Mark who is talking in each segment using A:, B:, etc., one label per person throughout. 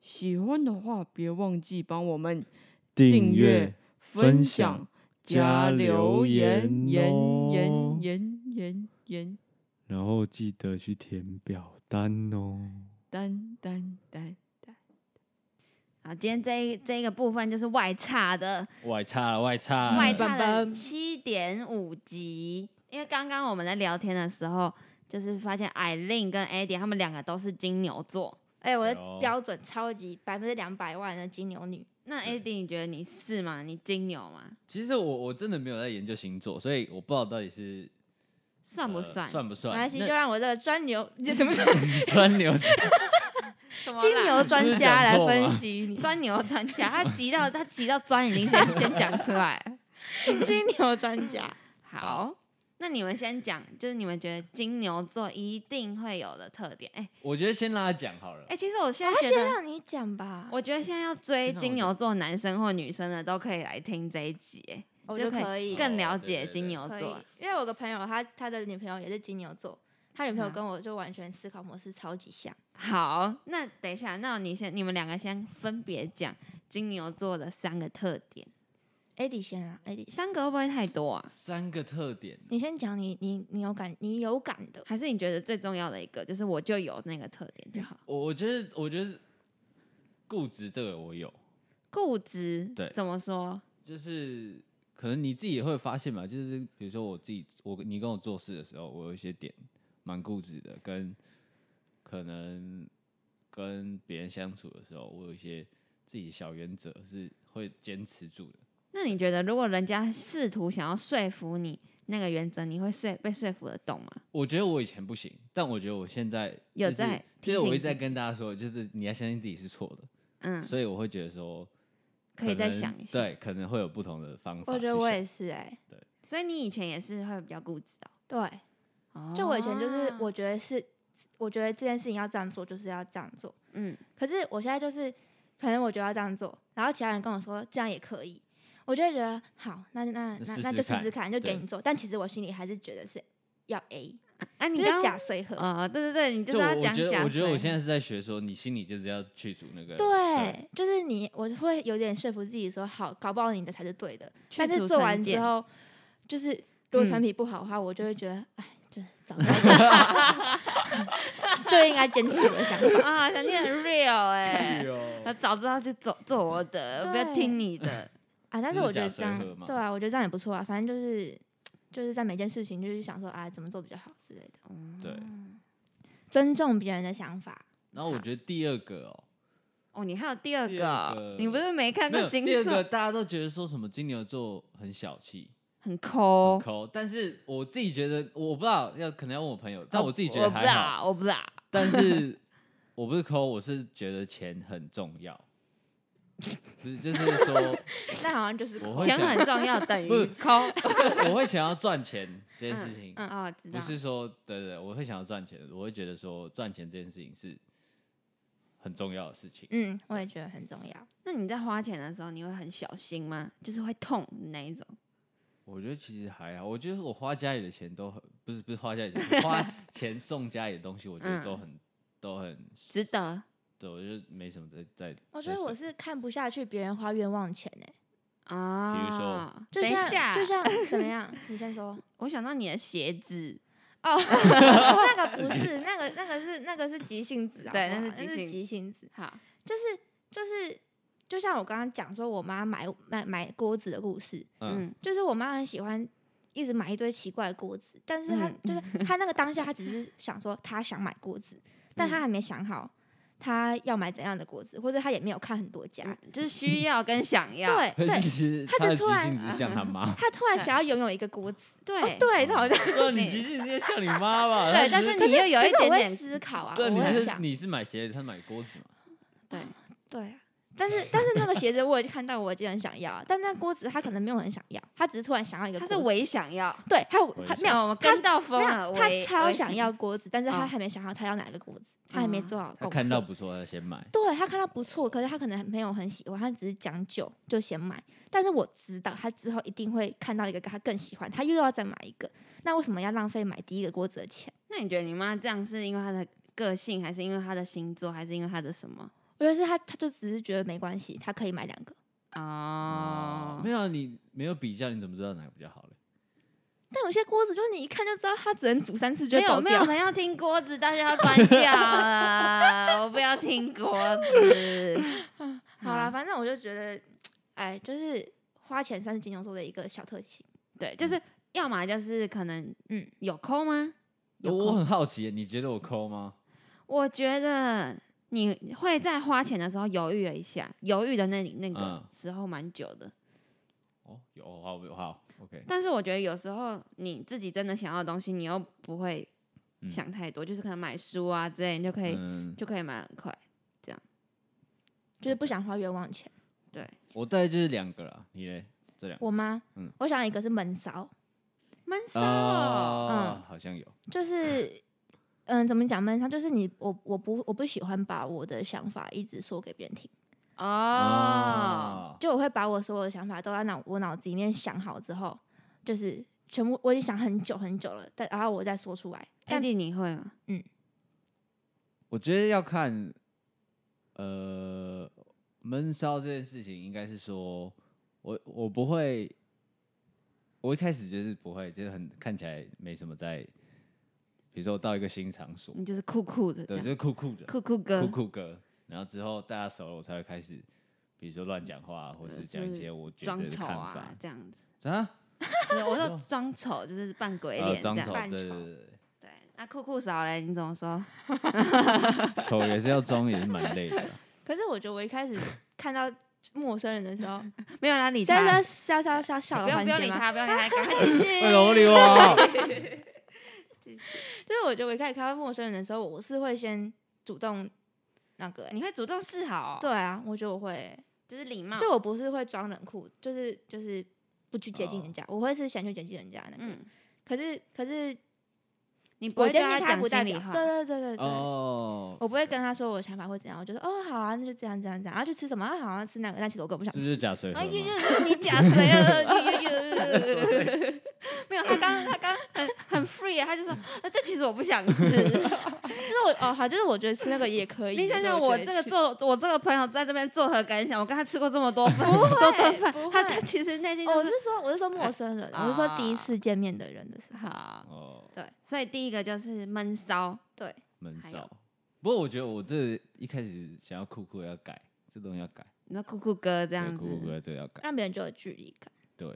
A: 喜欢的话，别忘记帮我们
B: 订阅、
A: 分
B: 分
A: 享
B: 享、
A: 加
B: 加
A: 留
B: 留
A: 言、
B: 言
A: 言
B: 哦
A: 言言言言，
B: 然后记得去填表单哦。
A: 单单单单。
C: 好，今天这一这一个部分就是外差的，
B: 外差外
D: 啊
B: 差
C: 外
A: 差
C: 差
A: 的
C: 的七点五级，因为刚刚我们在聊天的时候，就是发现艾琳跟 Eddie 他们两个都是金牛座。
E: 哎、我
B: 哎
E: 的
B: 呦
E: 标准超级百分之两百万的金牛女，
C: 那 Eddie，你觉得你是吗？你金牛吗？
D: 其实我我真的没有在研究星座，所以我不知道到底是
C: 算不
D: 呃
C: 算？
D: 算不
E: 没
D: 算？
E: 关系，就
D: 那
E: 让我这个 专牛，这怎么讲？
D: 钻牛角
C: 什么啦
E: 金牛专家来分析你，
C: 钻牛 专家， 他急到他急到钻已经先先讲出来。
E: 金牛专家。
C: 好，那你们先讲，就是你们觉得金牛座一定会有的特点。哎、
D: 我觉得先让他讲好了
C: 哎、。其实我现
E: 他
C: 在觉
E: 先
C: 得，
E: 让你讲吧，
C: 我觉得现在要追
D: 先让我
C: 金牛座男生或女生的都可以来听这一集、哎
E: 我
C: 就
E: 就
C: 可以
E: 可以
C: 更
D: 哦
C: 了
D: 对
C: 解
D: 对
C: 金
D: 对
C: 牛
E: 可以
C: 座。，
E: 因为我有个朋友，他他的女朋友也是金牛座，他女朋友
C: 啊
E: 跟我就完全思考模式超级像。
C: 好，那等一下，那你先，你们两个先分别讲金牛座的三个特点，
E: AD 先啊，AD，
C: 三个会不会太多啊？
D: 三个特点，
E: 你先讲你你你有感你有感的，
C: 还是你觉得最重要的一个，就是我就有那个特点就好。
D: 我我觉得我觉得固执这个我有，
C: 固执，
D: 对
C: 怎么说？
D: 就是可能你自己也会发现吧，就是比如说我自己，我你跟我做事的时候，我有一些点蛮固执的，跟可能跟别人相处的时候，我有一些自己小原则是会坚持住的。
C: 那你觉得，如果人家试图想要说服你那个原则，你会说被说服得动吗？
D: 我觉得我以前不行，但我觉得我现在、就是、
C: 有在提醒
D: 就是我一直
C: 自
D: 在
C: 己
D: 跟大家说，就是你要相信自己是错的，
C: 嗯，
D: 所以我会觉得说
C: 可以再
D: 能
C: 想一下。，
D: 对，可能会有不同的方法去想。
E: 我觉得我也是哎、
C: 所以你以前也是会比较固执
E: 对，
C: 哦。
E: 就我以前就是
C: 哦
E: 我，觉得是，我觉得这件事情要这样做就是要这样做，
C: 嗯，
E: 可是我现在就是可能我觉得要这样做，然后其他人跟我说这样也可以。我就会觉得好，那
D: 那
E: 那那
D: 试
E: 那
D: 试
E: 就试
D: 看
E: 试看，就给
D: 对
E: 你做。但其实我心里还是觉得是要 A，
C: 啊，
E: 就
C: 你刚
E: 是假
C: 刚
E: 随和。
C: 啊，对对对，你就
D: 就是我
C: 要
D: 我
C: 讲
D: 觉
C: 假
D: 得，
C: 设。
D: 我觉得我现在是在学说，你心里就是要去除那个
E: 对，就是你，我会有点说服自己说，好，搞不好你的才是对的。
C: 去
E: 但
C: 除
E: 是做完
C: 成见
E: 之后，就是如果产
C: 嗯
E: 品不好的话，我就会觉得，哎，就是早 知道就应该坚持我的想法。
C: 啊，想念很 real 哎、那
D: 哦，
C: 早知道就做做我的，不要
E: 对
C: 听你 的。
E: 啊，但
D: 就是是
E: 我觉
D: 假
E: 得这
D: 随
E: 样
D: 和嘛，
E: 对啊，我觉得这样也不错啊。反正就是就是在每件事情，就是想说啊，怎么做比较好之类
C: 哦
E: 的，
D: 对。
E: 尊重别人的想法。
D: 然后我觉得第二个哦，
C: 哦，你还有第二
D: 第
C: 个
D: 二
C: 哦，
D: 个
C: 你不是没看
D: 没
C: 过
D: 有
C: 星
D: 第二个
C: 座？
D: 大家都觉得说什么金牛座很小气、
C: 很
D: 很
C: 抠。
D: 抠，但是我自己觉得，我不知道要可能要问我朋友，但我自己觉
C: 哦我
D: 得
C: 不
D: 还好。
C: 啦，我不啦。
D: 但是我不是抠，我是觉得钱很重要，就是就是说
E: 那好像就是
D: 我
E: 口
D: 会
C: 钱
D: 想
C: 很重 要，等
D: 不
C: 于
D: 是
C: 抠。
D: 我会想要赚钱这件事情，
C: 嗯，哦，知
D: 不
C: 道。
D: 是说对对，我会想要赚钱，我会觉得说赚钱这件事情是很重要的事情。
E: 嗯，我也觉得很重要。
C: 那你在花钱的时候，你会很小心吗？就是会痛那一种？
D: 我觉得其实还好，我觉得我花家里的钱都很不是不是花家里的 钱，花钱送家里的东西，我觉得
C: 嗯
D: 都很、都很
C: 值得
D: 对，我觉得没什么在在。
E: 我觉得哦我
D: 在省
E: 是看不下去别人花冤枉钱呢、欸
C: 啊。
D: 比如说
E: 就
C: 等一
E: 像
C: 下，
E: 就 像怎么样？你先说。
C: 我想到你的鞋 子，
E: 哦，那个不是，那 个那个是那个是急性 子啊，
C: 对
E: 好不好
C: 那是
E: 那
C: 急性
E: 是急性子，
C: 好，
E: 就是就是就像我刚刚讲说我妈买买买锅子的故事，
D: 嗯
C: 嗯，
E: 就是我妈很喜欢。一直买一堆奇怪的锅子，但是她、
C: 嗯
E: 就是 她那个当下，她只是想说她想买锅子，但她还没想好她要买怎样的锅子，或者她也没有看很多家，
C: 嗯就是需要跟想要。哦
E: 对
D: 可是，
E: 对
D: 其实
E: 他
D: 他的急
E: 就突然，
D: 性子像他妈
E: 她突然想要拥有一个锅子，
C: 对
E: 哦对，那好像
D: 对，你急性子也像你妈吧？
C: 对
D: 他只
C: 但是你又有
E: 可
C: 一
E: 是我
C: 点
E: 会
C: 点
E: 思考啊，
D: 对，
E: 我
D: 你
E: 会
D: 是
E: 想，
D: 你是买鞋子，他买锅子嘛？
C: 对
E: 对啊，但是但是那个鞋子我也看到，我就很想要啊，但那锅子他可能没有很想要，他只是突然想要一个
C: 他
E: 锅
C: 是
E: 子。
C: 唯想要，
E: 对，他有
D: 我也
E: 他
D: 想
E: 没有
C: 我们
E: 他
C: 跟到风
E: 没
C: 了，
E: 有，他
C: 唯
E: 超
C: 唯
E: 想要锅子，但是他还没想好他要哪个锅子，他还没
C: 嗯
E: 做好功
D: 他
E: 课。
D: 看到不错，他先买。
E: 对他看到不错，可是他可能没有很喜欢，他只是将就就先买。但是我知道他之后一定会看到一个他更喜欢，他又要再买一个。那为什么要浪费买第一个锅子的钱？
C: 那你觉得你妈这样是因为她的个性，还是因为她的星座，还是因为她的什么？
E: 我觉得是他，他就只是觉得没关系，他可以买两个。
C: 哦，
D: 没有啊你没有比较，你怎么知道哪个比较好嘞？
E: 但有些锅子就是你一看就知道，它只能煮三次就
C: 没
E: 会
C: 有
E: 爆
C: 没有
E: 掉。
C: 人要听锅子，大家要关掉了，我不要听锅子。
E: 好啦，反正我就觉得，哎，就是花钱算是金牛座的一个小特性。
C: 对，就是要么就是可能嗯
E: 嗯
C: 有空吗？有
D: 我
C: 空，
D: 很好奇，你觉得我抠吗？
C: 我觉得你会在花钱的时候犹豫了一下，犹豫的那那个
D: 嗯
C: 时候蛮久的。
D: 哦，有好有好，OK，
C: 但是我觉得有时候你自己真的想要的东西，你又不会
D: 嗯
C: 想太多，就是可能买书啊之类，你就可以、
D: 嗯，
C: 就可以买很快。
E: 就是不想花冤枉钱。
C: 对，
D: 我大概就是两个啦，你嘞？这两个
E: 我妈，
D: 嗯
E: 我想一个是闷骚，
C: 闷骚哦、
D: 啊
E: 嗯
D: 好像有，
E: 就是，嗯，怎么讲闷骚？就是你，我我不我不喜欢把我的想法一直说给别人听，
C: 哦，
D: 啊
E: 就我会把我所有的想法都在脑我脑子里面想好之后，就是全部我已经想很久很久了，但然后我再说出来。
C: 艾
E: 但
C: 迪你会吗？
D: 我觉得要看，呃，闷骚这件事情，应该是说我我不会，我一开始就是不会，就是很看起来没什么在，比如说我到一个新场所，
C: 你就是酷酷嗯的这
D: 对，就
C: 样，
D: 是酷酷的，
C: 酷酷哥
D: 酷酷哥，然后之后大家熟了，我才会开始，比如说乱讲话，啊或是讲一些我觉
C: 装
D: 得的
C: 丑
D: 看
C: 啊
D: 法
C: 这样子。
D: 啊，
C: 对我说装丑就是扮鬼
D: 呃，
C: 脸这
D: 装丑，
C: 样。
D: 对
E: 扮
D: 对
E: 丑
D: 对对
C: 对，那酷酷嫂嘞，你怎么说？
D: 对，丑也是要装，也是蛮累 的啦。
E: 可是我觉得我一开始看到陌生人的时 候，
C: 没有啦，理
E: 现在
C: 他，
E: 是要是要是要笑
C: 不
E: 的
C: 用
E: 环
C: 不用
E: 节
C: 理
E: 吗？
C: 他，不用理他，赶快 继续。
D: 为什么不理我？
E: 就是我觉得我一开始看到陌生人的时候，我是会先主动那个、欸
C: 你会主动示好、哦，，
E: 对啊，我觉得我会欸、
C: 就是礼貌。
E: 就我不是会装冷酷，就是就是不去接近
D: 哦
E: 人家，我会是想去接近人家那个。
C: 嗯，
E: 可是可是
C: 你不
E: 我
C: 会
E: 接
C: 对
E: 近他
C: 讲
E: 不代
C: 心里
E: 表，
C: 话，
E: 对对对对对，
D: 哦，
E: 我不会跟他说我想法会怎样，我就说哦好啊，那就这样这样这样，然后去吃什么啊好啊吃那个，但其实我根本不
D: 是
E: 想
D: 不是
E: 吃。
D: 假水喝
C: 哎
D: 吗？
C: 呦，你假哎谁 了？ 没有，他刚他刚很很 free 啊，他就说，呃这其实我不想 吃。
E: 就是我哦好，就是我觉得吃那个也可以。
C: 你想
E: 就是
C: 想，
E: 我
C: 我
E: 觉得
C: 这个
E: 去
C: 做我这个朋友在这边作何感想？我跟他吃过这么多饭， 多顿
E: 不
C: 饭
E: 会，不
C: 他他
E: 会。
C: 其实内心
E: 哦
C: 就
E: 我
C: 是
E: 是说我是说陌生人，我是说第 一
C: 啊
E: 次见面的人的时候。
C: 好。
D: 哦，
C: 所以第一个就是闷骚，
E: 对，
D: 闷
C: 还有
D: 骚。不过我觉得我这一开始想要酷酷要改，这东西要改，
C: 你说酷酷哥这
D: 这
C: 样
D: 酷酷
C: 子，
D: 哥这个 要改，
E: 让别人就有距离感。
D: 对，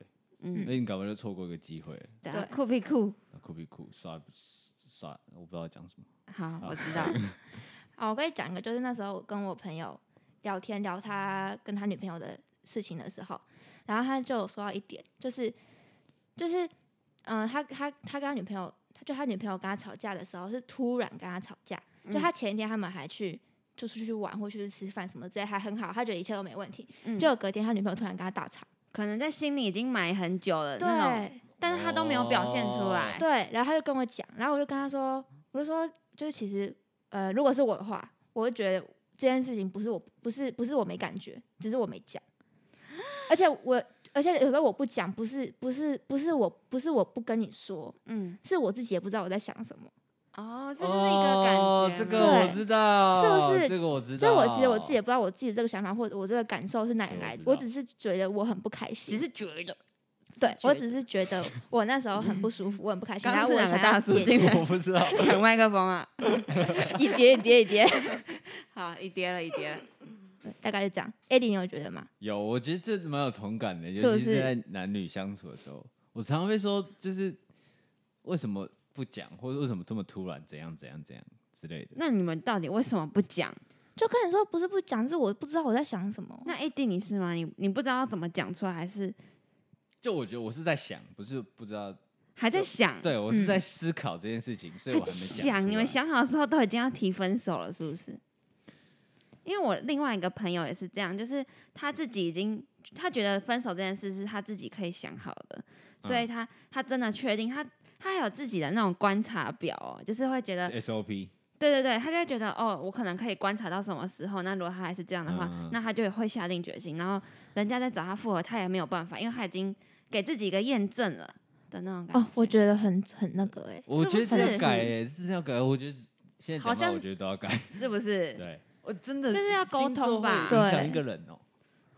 C: 嗯，
D: 那你搞不好就错过一个机会了，
C: 对啊，
E: 对
C: 酷屁酷。
D: 那酷比酷刷刷，我不知道讲什么，
C: 好，
D: 好嗯
C: 我知 道。
E: 哦，我跟你讲一个，就是那时候我跟我朋友聊天，聊他跟他女朋友的事情的时候，然后他就有说到一点，就是就是，嗯、他他他跟他女朋友，他就他女朋友跟他吵架的时候，是突然跟他吵架，就他前一天他们还去。就出去玩或去吃饭什么之类，还很好，他觉得一切都没问题。
C: 嗯
E: 结果隔天他女朋友突然跟他大吵，
C: 可能在心里已经埋很久了那种，
E: 对
C: 但是他都没有表现出
D: 哦
C: 来。
E: 对，然后他就跟我讲，然后我就跟他说，我就说，就是其实，呃，如果是我的话，我会觉得这件事情不是我，不是不是我没感觉，只是我没讲，而且我，而且有时候我不讲，不是不是不是我不是我不跟你说，
C: 嗯，
E: 是我自己也不知道我在想什么，
C: 哦，这就是一个感觉嘛。
D: 哦这个我
E: 对
D: 知道，
E: 是不是
D: 这个我知道，
E: 就我其实我自己也不知道我自己这个想法或者我这个感受是哪
D: 这
E: 里
D: 我
E: 来
D: 知
E: 的，我
D: 道
E: 只是觉得我很不开
C: 只
E: 心，
C: 是觉得，
E: 对我
C: 觉
E: 只是觉得我那时候很不舒 服，我很不开心，
C: 刚
E: 然
C: 刚
E: 后
C: 是
E: 我
C: 哪个
E: 想
C: 大
E: 要
C: 叔
E: 解
C: 进
E: 决，
C: 来
D: 我不知道，
C: 抢麦克风 啊？
E: 一叠一叠一叠，
C: 好，一叠了，一叠了。
E: 对大概是这样。艾迪，你有觉得吗？
D: 有，我觉得这蛮有同感的，
E: 是
D: 尤
E: 不
D: 其是
E: 是
D: 在男女相处的时候，我常常会说，就是为什么不讲，或者为什么这么突然，怎样怎样怎样之类的。
C: 那你们到底为什么不讲？
E: 就跟你说，不是不讲，是我不知道我在想什么。
C: 那 AD 你是吗？你你不知道怎么讲出来，还是
D: 就我觉得我是在想，不是不知道，
C: 还在想？嗯
D: 对我是在思考这件事情，所以
C: 还
D: 我还
C: 在
D: 没讲出来。
C: 想。你们想好之后都已经要提分手了，是不是？因为我另外一个朋友也是这样，就是他自己已经他觉得分手这件事是他自己可以想好的，所
D: 嗯
C: 以他他真的确定他他还有自己的那种观察表、哦，就是会觉得
D: SOP
C: 对对对，他就会觉得哦，我可能可以观察到什么时候。那如果他还是这样的话，
D: 嗯
C: 那他就会下定决心。然后人家在找他复合，他也没有办法，因为他已经给自己一个验证了的那种感觉。
E: 哦，我觉得很很那个哎、
D: 我觉得
C: 是不
D: 这要
C: 是
D: 改、欸，是要改。我觉得现在
C: 好
D: 讲话，
C: 像
D: 我觉得都要改。
C: 是不是
D: 对，我真的
C: 就是要沟
D: 星座
C: 通吧
D: 会影响
E: 对
D: 一个人哦、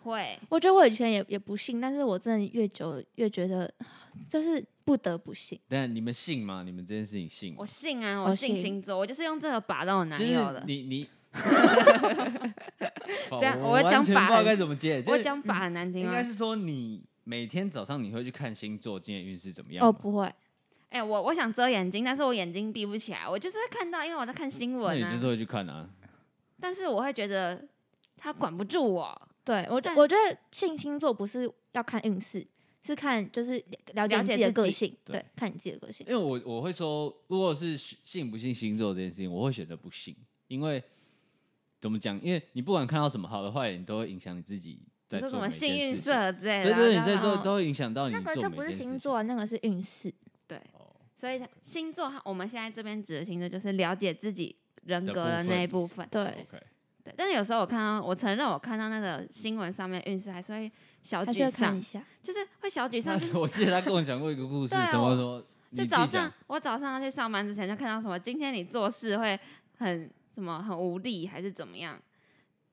C: 会？
E: 我觉得我以前也也不信，但是我真的越久越觉得 就是不得不信。
D: 但你们信吗？你们这件事情信吗？
C: 我信啊，
E: 我
C: 我信
E: 哦信
C: 星座，我就是用这个把到我男
D: 就
C: 友
D: 是
C: 的。
D: 你 你，这
C: 样
D: 我
C: 我讲
D: 完全不知
C: 把
D: 道该怎么接。就
C: 我
D: 是
C: 讲啊把很难听哦
D: 应
C: 吗
D: 该？是说你每天早上你会去看星座今天运势怎么样吗
E: 哦，不会，
C: 哎、我我想遮眼睛，但是我眼睛闭不起来，我就是会看到，因为我在看新
D: 那
C: 闻
D: 你
C: 啊。
D: 就是会去看啊。
C: 但是我会觉得他管不住我，
E: 对我
C: 但
E: 我觉得信星座不是要看运势，是看就是了解
C: 了
E: 你
C: 解
E: 自己的
C: 自己
E: 个性，
D: 对
E: 对，看你自己的个性
D: 因。为我我会说，如果是信不信星座这件事情，我会选择不信，因为怎么讲？因为你不管看到什么好的坏的，你都会影响你自己
C: 你
D: 在
C: 说
D: 做
C: 什
D: 每
C: 么
D: 一件
C: 幸运
D: 事情。
C: 色之类的
D: 对
C: 啊，
D: 对，
C: 然
D: 你这
C: 后
D: 都都会影响到你
E: 那个
D: 做
E: 就
D: 每
E: 不
D: 件
E: 是
D: 事
E: 星
D: 情。哦
E: 座啊，那个是运势。
C: 对，所以星座，我们现在这边指的星座就是了解自己人
D: 的
C: 格
D: 部
C: 的那
D: 分
C: 一部分。
E: 对，
D: OK，
C: 对，但是有时候我看到，我承认我看到那个新闻上面运势还是会小
E: 还是
C: 沮
E: 要看
C: 丧，
E: 一下。
C: 就是会小沮 丧。就是
D: 那我记得他跟我讲过一个故事
C: 对啊，
D: 什么
C: 我
D: 什么，你
C: 就
D: 自己
C: 早
D: 讲
C: 上我早上要去上班之前就看到什么，今天你做事会很什么很无力还是怎么样，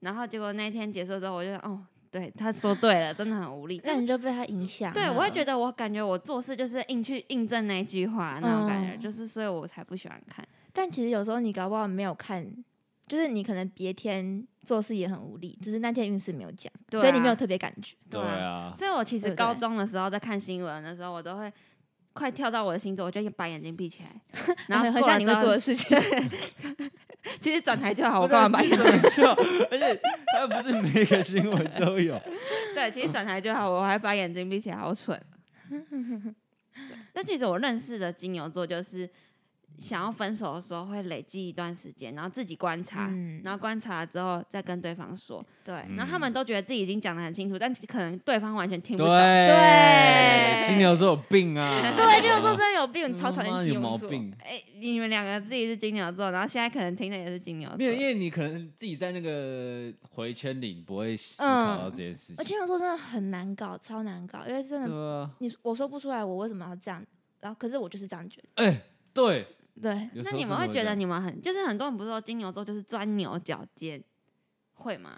C: 然后结果那一天结束之后，我就哦，对，他说对了，真的很 无力。就
E: 那
C: 是
E: 你就被他影响了。
C: 对，我会觉
E: 得
C: 得我感觉我做事就是硬去印证那一句话那种感觉，
E: 嗯
C: 就是所以我才不喜欢看。
E: 但其实有时候你搞不好没有看，就是你可能别天做事也很无力，只是那天运势没有讲，
C: 对
E: 所以你没
C: 啊
E: 有特别感觉。
D: 对
C: 对啊
D: 啊，
C: 所以我其
E: 对
C: 实
E: 不对
C: 高中的时候在看新闻的时候，我都会快跳到我的星座，我就把眼睛闭起 来，然后
E: 很
C: 过了
E: 像你会
C: 之后
E: 做的，事情。
C: 其实转台 就好，我
D: 不知道
C: 干嘛把
D: 啊记
C: 眼
D: 得
C: 睛？
D: 没错 而且他不是每个新闻都 有。
C: 对，其实转台就好，我还把眼睛闭起来，好蠢。对， 但其实我认识的金牛座就是想要分手的时候会累积一段时间，然后自己观察，
E: 嗯
C: 然后观察了之后再跟对方说，
E: 对
D: 嗯
C: 然后他们都觉得自己已经讲得很清楚，但可能对方完全听不
D: 对
C: 懂。
E: 对
D: 金牛座有病啊！
E: 对，金牛座真的有病，超讨
D: 他嗯
E: 厌
D: 妈
E: 金
D: 有
E: 牛
D: 毛
E: 座。
D: 病。
C: 哎、你们两个自己是金牛座，然后现在可能听的也是金牛座，
D: 没有，因为你可能自己在那个回圈里，你不会思考到这件事
E: 而
D: 情。
E: 金牛座真的很难搞，超难搞，因为真的
D: 对啊，
E: 你我说不出来我为什么要这样，然后可是我就是这样觉得。
D: 哎，对。
E: 对，
D: 有时
C: 那
D: 候
C: 你们
D: 真的
C: 会觉
D: 这
C: 得
D: 样
C: 你们很，就是很多人不是说金牛座就是钻牛角尖，会吗？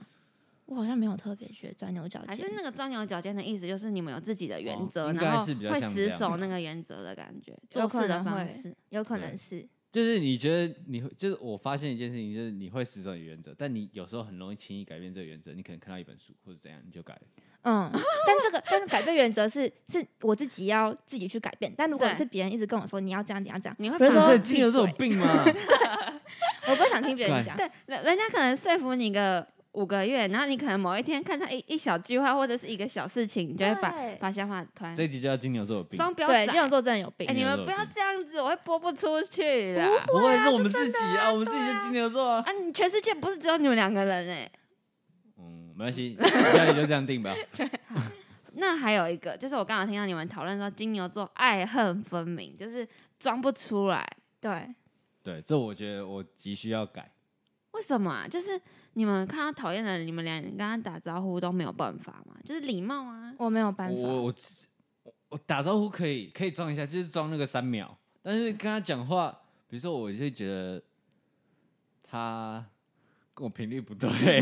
E: 我好像没有特别觉得钻牛角尖，
C: 还是那个钻牛角尖的意思就是你们有自己的原
D: 哦
C: 则，
D: 应
C: 然
D: 该
C: 后
D: 是比较
C: 会
D: 像
C: 死
D: 这样啊
C: 守那个原则的感觉，
E: 有
C: 做
E: 可
C: 事的
E: 能
C: 方
E: 会
C: 式。
E: 有可
D: 对
E: 能是
D: 就是你觉得你会，就是我发现一件事情，就是你会死守你的原则，但你有时候很容易轻易改变这个原则。你可能看到一本书或者怎样，你就改了。
E: 嗯，但这个但是改变原则是是我自己要自己去改变，但如果
C: 对
E: 是别人一直跟我说你要这样你要这样，
C: 你会
E: 比如
C: 反
E: 说
D: 所以
E: 闭
D: 金牛座有
E: 嘴
D: 病 吗？
E: 我不想听别人讲，
C: 对，人人家可能说服你个五个月，然后你可能某一天看他一一小句话或者是一个小事情，你就会把
E: 对
C: 把想法突然
D: 这一集就叫金牛座有病。
C: 双标
E: 对
C: 仔。
E: 金牛座真的有病
C: 哎，，你
D: 金牛
C: 们
D: 座
C: 不
D: 有
C: 要
D: 病
C: 这样子，我会播不出去啦。
D: 不会是我们自己啊，我们自己是金牛座啊。
C: 啊，你全世界不是只有你们两个人哎、
D: 嗯，没关系，那你就这样定吧。
C: 那还有一个，就是我刚刚听到你们讨论说金牛座爱恨分明，就是装不出来。
E: 对，
D: 对，这我觉得我急需要改。
C: 为什么、啊？就是你们看到讨厌的人，你们俩跟他打招呼都没有办法嘛？就是礼貌啊。
E: 我没有办
D: 我
E: 法，
D: 我我自我打招呼可以可以装一下，就是装那个三秒，但是跟他讲话，比如说我就觉得他跟我频率 不对，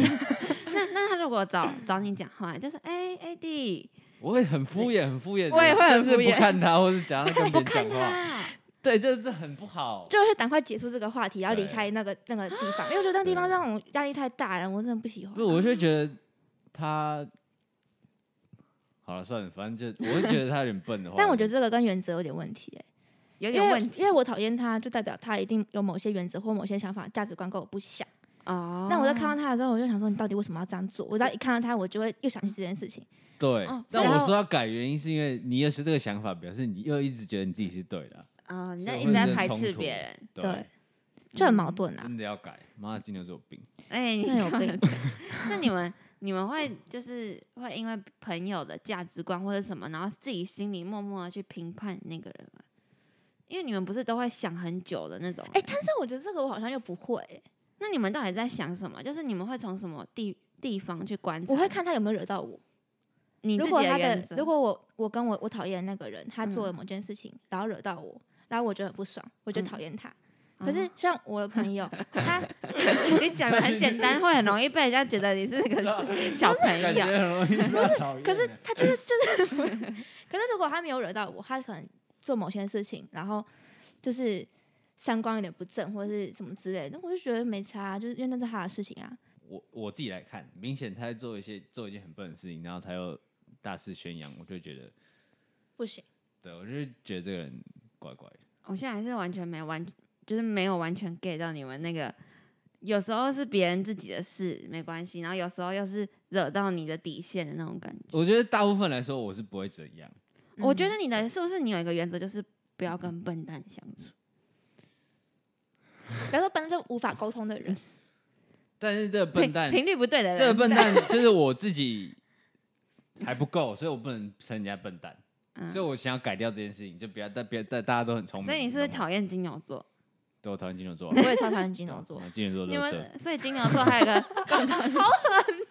C: 那那他如果找找你讲话，就是哎哎弟，
D: 我会很敷衍，很敷衍，
C: 我也会很
D: 甚至
C: 敷衍
D: 不看他，或是假装
C: 你
D: 跟
C: 不
D: 别人
C: 看
D: 讲话，
C: 他，
D: 对，这这很不好。
E: 就是赶快结束这个话题，然后离
D: 对
E: 开那个那个地方，因为我觉得那个地方让我压力太大了，我真的不喜欢
D: 不是，。我就觉得他好了，算了，反正就我会觉得他有点笨的话，
E: 但我觉得这个跟原则有点问题、欸，
C: 有
E: 因
C: 点
E: 为
C: 问题
E: 因为我讨厌他，就代表他一定有某些原则或某些想法、价值观跟我不像。
C: 哦。
E: 那我在看到他的时候，我就想说，你到底为什么要这样做？我只要一看到他，我就会又想起这件事情。
D: 对
C: 哦。
D: 但
E: 所以
D: 我
E: 他
D: 说要改原因，是因为你有时这个想法，表示你又一直觉得你自己是对的啊，
C: 哦，你
D: 所
C: 在
D: 以
C: 一
D: 会
C: 直在
D: 有点
C: 排
D: 冲
C: 斥
D: 突
C: 别人，
E: 对，就很矛盾啊。
D: 真的要改，妈的金牛座有病。
C: 哎、嗯你
E: 真的有
C: 看
E: 病
C: 那你们你们会就是会因为朋友的价值观或者什么，然后自己心里默默的去评判那个人吗？因为你们不是都会想很久的那种人？
E: 哎、但是我觉得这个我好像又不会欸、
C: 那你们到底在想什么？就是你们会从什么地地方去观察？
E: 我会看他有没有惹到我。
C: 你自
E: 如
C: 己
E: 果
C: 的
E: 他的
C: 原则。
E: 如果我我跟我我讨厌的那个人，他做了
C: 嗯
E: 某件事情，然后惹到我，然后我觉得很不爽，我就
C: 嗯
E: 讨厌他。
C: 啊
E: 可是像我的朋友，他
C: 哦你讲的很简单，会很容易被人家觉得你是个小朋
D: 感觉
C: 友。
D: 很 容易被他讨厌欸。
E: 可哎是他就是就是不是，可是如果他没有惹到我，他可能做某些事情，然后就是三观有点不正或是什么之类的，那我就觉得没差啊，就是因为那是他的事情啊。
D: 我我自己来看，明显他在做一些做一件很笨的事情，然后他又大肆宣扬，我就觉得，
E: 不行，
D: 对我就是觉得这个人怪怪的。
C: 我现在还是完全没完，就是没有完全 get 到你们那个。有时候是别人自己的事，没关系；然后有时候又是惹到你的底线的那种感觉。
D: 我觉得大部分来说，我是不会怎样。
C: 我
E: 嗯
C: 觉得你的是不是你有一个原则，就是不要跟笨蛋相处？
E: 不要说本身就无法沟通的人，
D: 但是这个笨蛋
C: 频，频率不对的人，
D: 这个笨蛋就是我自己还不够，所以我不能称人家笨蛋。
C: 嗯，
D: 所以我想要改掉这件事情，就不要但别但大家都很聪明。
C: 所以你是不是
D: 懂吗
C: 讨厌金牛座？
D: 对我讨厌金牛座啊？
E: 我也超讨厌金 牛座
D: 啊，金牛座
C: 你
D: 都是
C: 们所以金牛座还有一个 共同，好狠、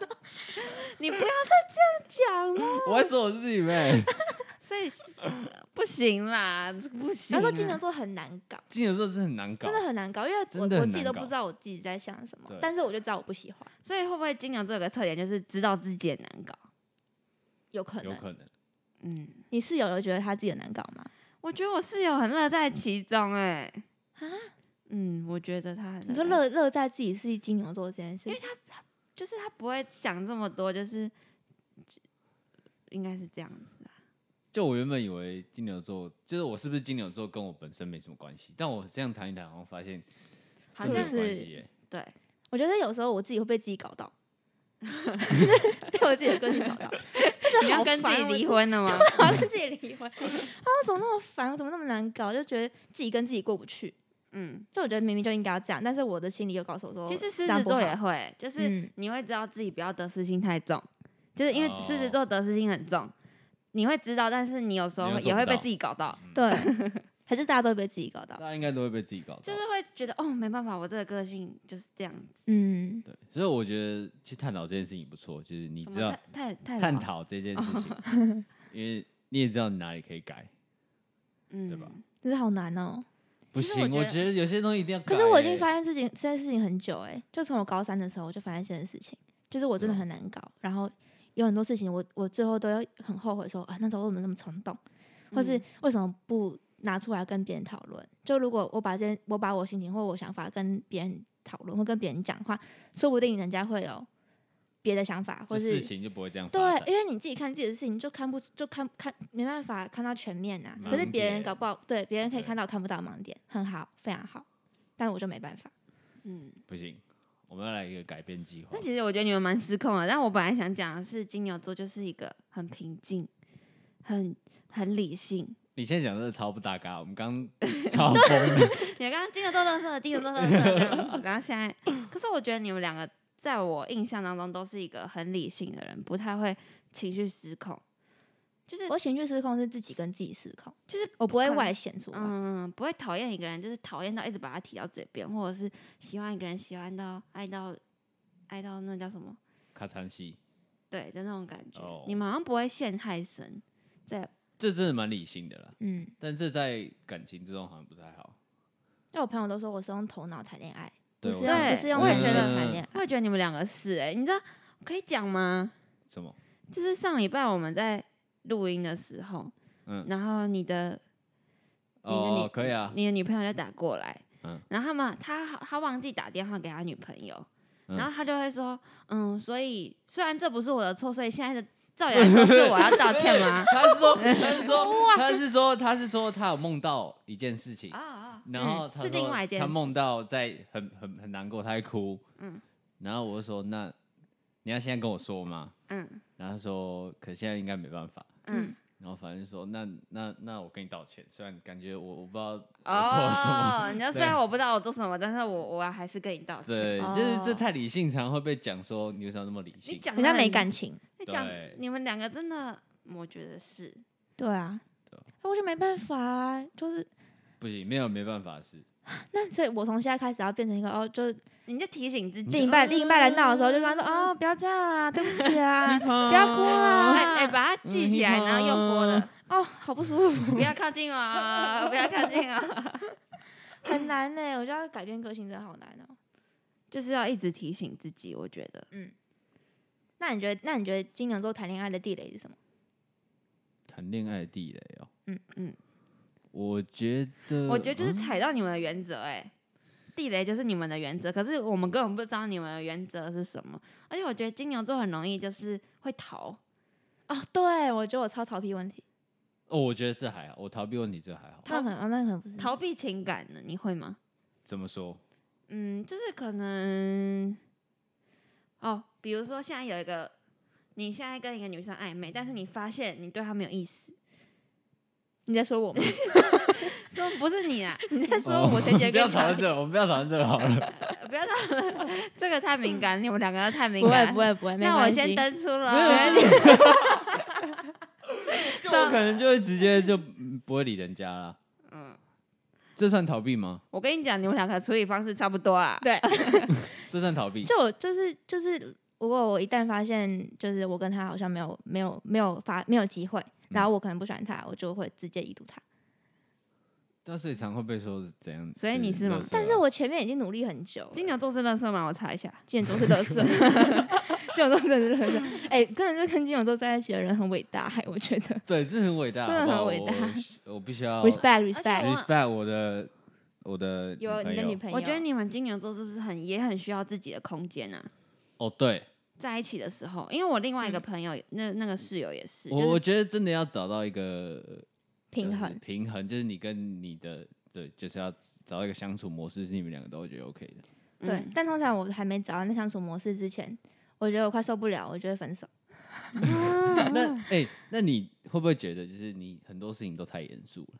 C: 哦 你不要再这样讲了。
D: 我还说我自己呗。
C: 所以呃不行啦，这个不行啊。
E: 然后说金牛座很难搞，
D: 金牛座真的很难搞
E: 真，的很难搞，因为我
D: 真的很
E: 我自己
D: 难
E: 都不
D: 搞
E: 知道我自己在想什么
D: 对，
E: 但是我就知道我不喜欢，
C: 所以会不会金牛座有个特点就是知道自己很难搞？
E: 有可
D: 有
E: 能。
D: 可能。
C: 嗯，
E: 你室友有觉得他自己很难搞吗？
C: 我觉得我室友很乐在其中哎、
E: 啊，
C: 嗯，我觉得他很
E: 你说
C: 在，
E: 乐乐在自己是金牛座这件事
C: 因为，他他就是他不会想这么多，就是就应该是这样子啊。
D: 就我原本以为金牛座，就是我是不是金牛座跟我本身没什么关系，但我这样谈一谈，好像发现
C: 好
D: 真的
C: 像
D: 有
E: 是
D: 关系耶。
C: 对，
E: 我觉得有时候我自己会被自己搞到， 被我自己的个性搞到，就
C: 你要跟自己离，婚了吗？
E: 我要跟自己离婚。 啊，我怎么那么烦？我怎么那么难搞？就觉得自己跟自己过不去。
C: 嗯，
E: 就我觉得明明就应该要这样，但是我的心里又告诉我说，
C: 其实
E: 这
C: 狮
E: 样
C: 子
E: 不
C: 座也
E: 好
C: 会，就是
E: 嗯
C: 你会知道自己不要得失心太重，就是因为狮子
D: 哦
C: 座得失心很重，你会知道，但是你有时候
D: 你又
C: 也
D: 做不
C: 会被
D: 到嗯
C: 自己搞到。
E: 对， 还是大家都会被自己搞
D: 大
E: 到。
D: 家应该都会被自己搞到，
C: 就是会觉得哦，没办法，我这个个性就是这样子。
E: 嗯，
D: 对。所以我觉得去探讨这件事情不错，就是你
C: 什
D: 知
C: 么
D: 道
C: 探探
D: 探
C: 讨，
D: 讨这件事情， 因为你也知道你哪里可以改。
C: 嗯，
D: 对吧？
E: 就是好难哦。
D: 不
C: 其实我
D: 行，
C: 觉
D: 我
C: 得
D: 觉得有些东西一定要改
E: 可
D: 耶。
E: 是我已经发现事情这件事情很久哎、就从我高三的时候我就发现这件事情，就是我真的
D: 对啊
E: 很难搞，然后有很多事情我我最后都要很后悔说啊那时候为什么那么冲动，或是
C: 嗯
E: 为什么不拿出来跟别人讨论？就如果我把这件我把我心情或我想法跟别人讨论或跟别人讲话，说不定人家会有别的想法，
D: 这
E: 或
D: 事
E: 是。
D: 情就不会这样发
E: 对
D: 展，
E: 因为你自己看自己的事情，就看不出，就看看没办法看到全面呐、
D: 盲
E: 可是别人
D: 点
E: 搞不好，对别人可以
D: 对
E: 看到看不到盲点，很好，非常好。但我就没办法。
C: 嗯，
D: 不行，我们要来一个改变计划
C: 那。其实我觉得你们蛮失控的。但我本来想讲的是，金牛座就是一个很平静、很很理性。
D: 你现在讲真的超不搭嘎，我们刚 超疯的，
C: 你们刚刚金牛座乐色，金牛座乐色这样子，然后现在，可是我觉得你们两个在我印象当中都是一个很理性的人，不太会情绪失控，就是
E: 我情绪失控是自己跟自己失控，
C: 就是
E: 我不会
C: 可能
E: 外显出来。
C: 嗯，不会讨厌一个人，就是讨厌到一直把他提到嘴边，或者是喜欢一个人，喜欢到爱到爱到那叫什么？
D: 卡长戏，
C: 对的那种感觉。
D: 哦
C: 你们好像不会陷害神，
D: 这真的蛮理性的啦。
E: 嗯，
D: 但这在感情之中好像不太好。
E: 因为我朋友都说我是用头脑谈恋爱，
D: 对，
E: 不是
D: 我
E: 啊用
C: 对
E: 不是用
C: 我也
E: 感觉
C: 觉得
E: 谈恋爱。
C: 我也觉得你们两个是哎、你知道可以讲吗？
D: 什么？
C: 就是上礼拜我们在录音的时候，
D: 嗯，
C: 然后你的你的
D: 哦，可以啊，
C: 你的女朋友就打过来，
D: 嗯
C: 然后他们他他忘记打电话给他女朋友，
D: 嗯？
C: 然后他就会说，嗯，所以虽然这不是我的错，所以现在的照理来说是我要道歉吗
D: 他是说，他是说，他是说，他是说，他有梦到一件事情
C: 啊，啊，
D: 然后
C: 嗯
D: 他
C: 是
D: 说
C: 另外一件
D: 他
C: 事，
D: 梦到在很很很难过，他在哭，
C: 嗯
D: 然后我就说，那你要现在跟我说吗？
C: 嗯
D: 然后他说，可现在应该没办法。
C: 嗯，
D: 然后反正就说那那那我跟你道歉，虽然感觉我我不知道我做了什么，
C: 哦，你知道虽然我不知道我做什么，但是我我还是跟你道歉。
D: 对，就是这太理性，常会被讲说你为什么那么理
C: 你
D: 性？
C: 讲
E: 好
C: 得
E: 像没
C: 很
E: 感情。
C: 你讲
D: 对
C: 你们两个真的，我觉得是
E: 对啊
D: 对啊，
E: 那我就没办法啊，就是
D: 不行，没有没办法的事，
E: 那所以，我从现在开始要变成一个哦，就是
C: 你嗯就提醒自己，
E: 另一半另一半来闹的时候，就跟他说哦，不要这样啊，对不 起啊，
D: 不
E: 不要哭
C: 哎
E: 啊，
C: 哎、把它记起来，
D: 嗯
C: 然后用播的，
E: 哦，好不舒服，
C: 不要靠近啊，不要靠近啊，
E: 很难呢、我觉得要改变个性真的好难哦、
C: 就是要一直提醒自己。我觉得
E: 那你觉得，那你觉得金牛座谈恋爱的地雷是什么？
D: 谈恋爱的地雷哦。
E: 嗯
C: 嗯，
D: 我觉得，
C: 我觉得就是
D: 嗯
C: 踩到你们的原则、哎，地雷就是你们的原则，可是我们根本不知道你们的原则是什么。而且我觉得金牛座很容易就是会逃，
E: 哦，对，我觉得我超逃避问题，
D: 哦，我觉得这还好，我逃避问题这还好。
E: 那很哦那很不是
C: 逃避情感呢，你会吗？
D: 怎么说？
C: 嗯，就是可能哦，比如说现在有一个，你现在跟一个女生暧昧，但是你发现你对她没有意思，
E: 你在说我 吗？
C: 说不是 你啊，
E: 你在说
D: 哦
E: 我 前几 天
D: 不要
E: 跟
D: 讨论这 个，我们不要讨论这个好了。
C: 不要这 这个太敏感，你们两个都太敏
E: 不会
C: 感。
E: 不会不会，没
C: 那我
E: 关
C: 先
E: 系
C: 登出了。
D: 就我可能就会直接就嗯不会理人家啦。
C: 嗯，
D: 这算逃避吗？
C: 我跟你讲，你们两个处理方式差不多啦。
E: 对，
D: 这算逃避？
E: 就我就是就是，如果我一旦发现就是我跟他好像没有没有没有发没有机会，然后我可能不喜欢他，我就会直接已读他。
D: 但是常会被说是怎样？
C: 所以你是吗
D: 垃圾啊
E: 但是我哦前面已经努力很久了，
C: 金牛座是乐色吗？我查一下。
E: 金牛座是乐 色，金牛座真的是乐色。 哎、真的是跟金牛座在一起的人很伟大，我觉得。
D: 对，这很伟大，
E: 真的很
D: 好不好
E: 伟大
D: 我我必须要
E: respect
C: 而且
E: respect，
C: 我
D: respect 我的我的
E: 有你的女
D: 友
E: 朋友，
C: 我觉得你们金牛座是不是很也很需要自己的空间啊？
D: 哦，对
C: 在一起的时候，因为我另外一个
E: 嗯
C: 朋友，那那个室友也是，
D: 我
C: 就
D: 我
C: 是
D: 觉得真的要找到一个
E: 平
D: 就是
E: 衡。
D: 平衡就是你跟你的对，就是要找到一个相处模式，是你们两个都会觉得 OK 的。
E: 对，
C: 嗯
E: 但通常我还没找到那相处模式之前，我觉得我快受不了，我就会分手。
D: 那哎、那你会不会觉得就是你很多事情都太严肃了？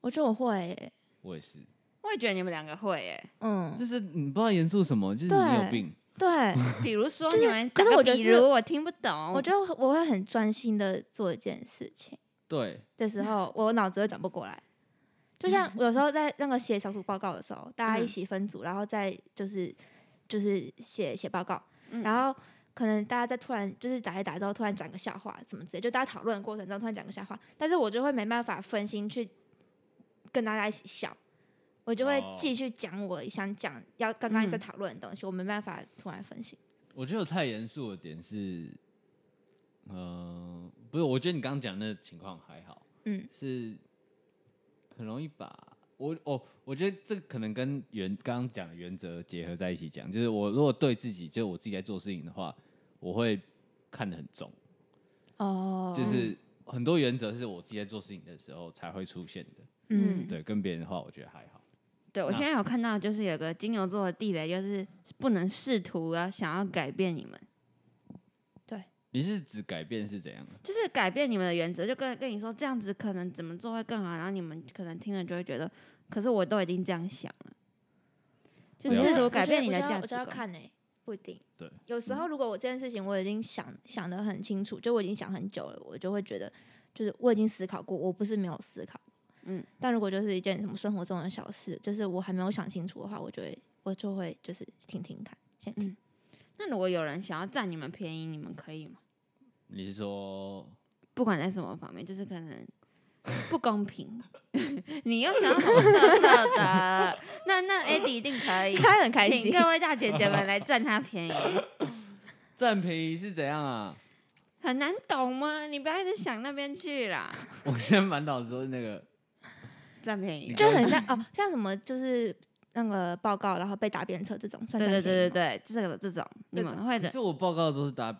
E: 我觉得我会欸、
D: 我也是，
C: 我也觉得你们两个会诶、
E: 嗯，
D: 就是你不知道严肃什么，就是你
E: 对
D: 有病。
E: 对，
C: 比 如说
E: 就
C: 你
E: 是
C: 们
E: 可
C: 打
E: 是
C: 个
E: 我觉得
C: 比
E: 是
C: 如我听不懂，
E: 我觉得我会很专心的做一件事情。
D: 对，
E: 的时 候，我脑子会转不过来。就像有时候在那个写小组报告的时候，大家一
C: 嗯
E: 起分组，然后再就是就是写写报告，
C: 嗯
E: 然后可能大家在突然就是打一打之后，突然讲个笑话什么之类，就大家讨论的过程中突然讲个笑话，但是我就会没办法分心去跟大家一起笑，我就会
D: 哦
E: 继续讲我想讲要刚刚在
C: 嗯
E: 讨论的东西，我没办法突然分心。
D: 我觉得我太严肃的点是，呃，不是，我觉得你刚刚讲的那情况还好，
E: 嗯，
D: 是很容易把我哦，我觉得这个可能跟原刚刚讲的原则结合在一起讲，就是我如果对自己，就是我自己在做事情的话，我会看得很重，
E: 哦
D: 就是很多原则是我自己在做事情的时候才会出现的，
E: 嗯
C: 嗯，
D: 对，跟别人的话我觉得还好。
C: 对，我
D: 那
C: 现在有看到，就是有个金牛座的地雷，就是不能试图啊想要改变你们，
D: 你是指改变是怎样啊？
C: 就是改变你们的原则，就跟跟你说这样子可能怎么做会更好，然后你们可能听了就会觉得，可是我都已经这样想了，就
D: 我觉
C: 试
D: 得
C: 图
D: 我
C: 改变你的
E: 我觉得
C: 价
E: 我
C: 值
E: 觉得要
C: 观。嗯
E: 看呢、欸不一定。
D: 对，
E: 有时候如果我这件事情我已经想想得很清楚，就我已经想很久了，我就会觉得就是我已经思考过，我不是没有思考。
C: 嗯，
E: 但如果就是一件什么生活中的小事，就是我还没有想清楚的话，我就会我就会就是听听看，先听。
C: 那如果有人想要占你们便宜，你们可以吗？
D: 你是说
C: 不管在什么方面，就是可能不公平， 你又想要什么色色的？那 那 Eddie 一定可以，
E: 他很开
C: 请
E: 心，
C: 各位大姐姐们来占他便宜。
D: 占便宜是怎样啊？
C: 很难懂吗？你不要一直想那边去啦，
D: 我现在满脑子都是那个，
C: 占便宜
D: 你
C: 了。
E: 就 很像哦，像什么就是那个报告，然后被打鞭策这种，算
C: 对对
E: 占便宜
C: 对对
E: 吗，
C: 对，这个这种你们会
D: 可
C: 的，
D: 是我报告都是打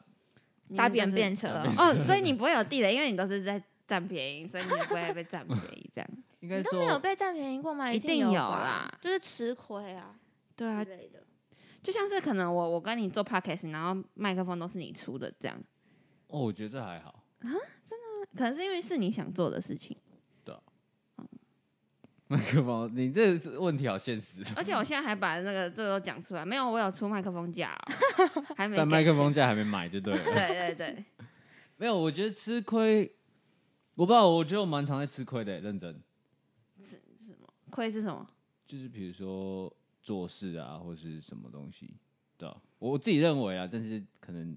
C: 你们
E: 打
C: 都
E: 扁
C: 是
E: 鞭策
D: 打
E: 哦
D: 鞭。
C: 哦，所以你不会有地雷，因为你都是在占便宜，所以你不会被占便宜这样。
D: 应该
E: 你都
D: 说
E: 没有被占便宜过吗？
C: 一
E: 定
C: 定
E: 有
C: 有
E: 吧
C: 啦
E: 就是吃亏啊
C: 对
E: 之
C: 啊，
E: 类的。
C: 就像是可能我我跟你做 podcast，然后麦克风都是你出的这样，
D: 哦，我觉得这还好。
C: 可能是因为是你想做的事情，
D: 麦克风，你这是问题好现实。哦
C: 而且我现在还把那个这个都讲出来，没有，我有出麦克风架哦、还没。
D: 但麦克风，架还没买就对了。
C: 对对对，
D: 没有，我觉得吃亏，我不知道，我觉得我蛮常在吃亏的，欸认真。
C: 亏是什么？
D: 就是比如说做事啊，或是什么东西，对啊，我自己认为啊，但是可能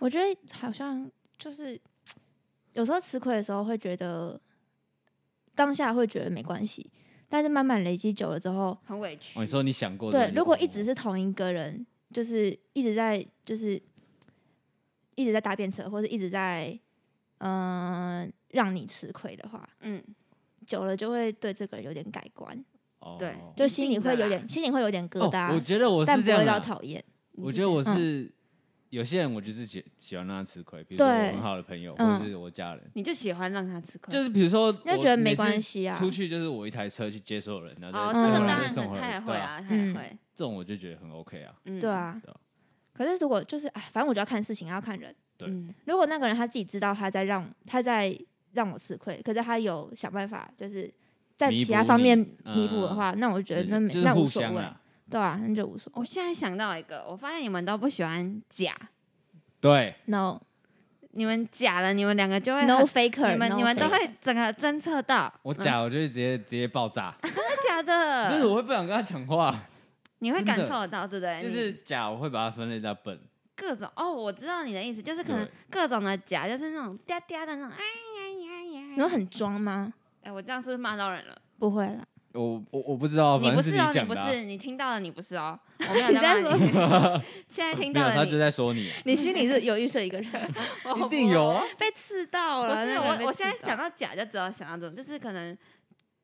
E: 我觉得好像就是有时候吃亏的时候会觉得当下会觉得没关系，但是慢慢累积久了之后，
C: 很委屈。
D: 哦，你说你想过
E: 对，如果一直
D: 是
E: 是同一个人，就是一直在就是一直在搭便车，或者一直在嗯、呃让你吃亏的话，
C: 嗯，
E: 久了就会对这个人有点改观，
C: 对
E: 就心里会有
C: 一定的啦
E: 点心里会有点疙瘩，
D: 哦哦，我觉得我
E: 但
D: 是
E: 不
D: 这
E: 会
D: 样
E: 到
D: 的，
E: 讨厌。
D: 我觉得我
E: 这样
D: 是有些人，我就是喜喜欢让他吃亏，比如说我
E: 对
D: 很好的朋友，
E: 嗯
D: 或是我家人，
C: 你就喜欢让他吃亏，
D: 就是比如说
E: 那
D: 我
E: 觉得
D: 每
E: 没
D: 次
E: 关系啊，
D: 出去就是我一台车去接所有人，然后
C: 哦，
D: 再
C: 这个
D: 再
E: 嗯
C: 当
D: 把人
C: 然
D: 送
C: 的，
D: 回来
C: 他也会
D: 对，
C: 啊，他也
E: 嗯
C: 会，
D: 这种我就觉得很 OK 啊，
C: 嗯，
E: 对，啊。
D: 对啊
E: 可是如果就是哎，反正我觉得要看事情，要看人。
D: 对
C: 嗯，
E: 如果那个人他自己知道他在让他在让我吃亏，可是他有想办法，就是在
D: 弥
E: 其他
D: 补
E: 方
D: 你
E: 面
D: 嗯
E: 弥补的话，那我觉得那没
D: 就是
E: 那无
D: 互
E: 所
D: 相
E: 谓，
D: 啊，
E: 对啊，那就无所
C: 我
E: 谓。
C: 现在想到一个，我发现你们都不喜欢假，
D: 对，
E: No
C: 你们假了，你们两个就会很
E: No faker，
C: 你们
E: no
C: 你们都
E: faker
C: 会整个侦测到，
D: 我
C: 嗯呃
D: 假我就会直接直接爆炸，
C: 真的假
D: 但是
C: 的？
D: 我会 不想跟他讲话，
C: 你会
D: 真的
C: 感受得到，对不对？
D: 就
C: 你
D: 是假我会把它分类到笨，
C: 各种哦，我知道你的意思，就是可能
D: 对
C: 各种的假，就是那种嗲嗲的那种，哎呀呀呀，
E: 你会很装吗？
C: 哎，我这样是不是骂到人了？
E: 不会啦，
D: 我我我不知道，
C: 你
D: 反
C: 不
D: 正是
C: 是哦，你
D: 讲
C: 不
D: 的啊，
C: 是，你听到了，你不是哦，我没有
E: 你
C: 骂
E: 在
C: 你， 现 在听
D: 没
C: 到
D: 有，
C: 了
D: 他就
C: 你，
D: 在说 你啊，
E: 你心里是有预设一个人，
C: 我
D: 一定有啊，
E: 被刺到
C: 不
E: 了。
C: 是
E: 那个人被
C: 我，我
E: 刺
C: 现在
E: 到
C: 想到假就只有想到这种，就是可能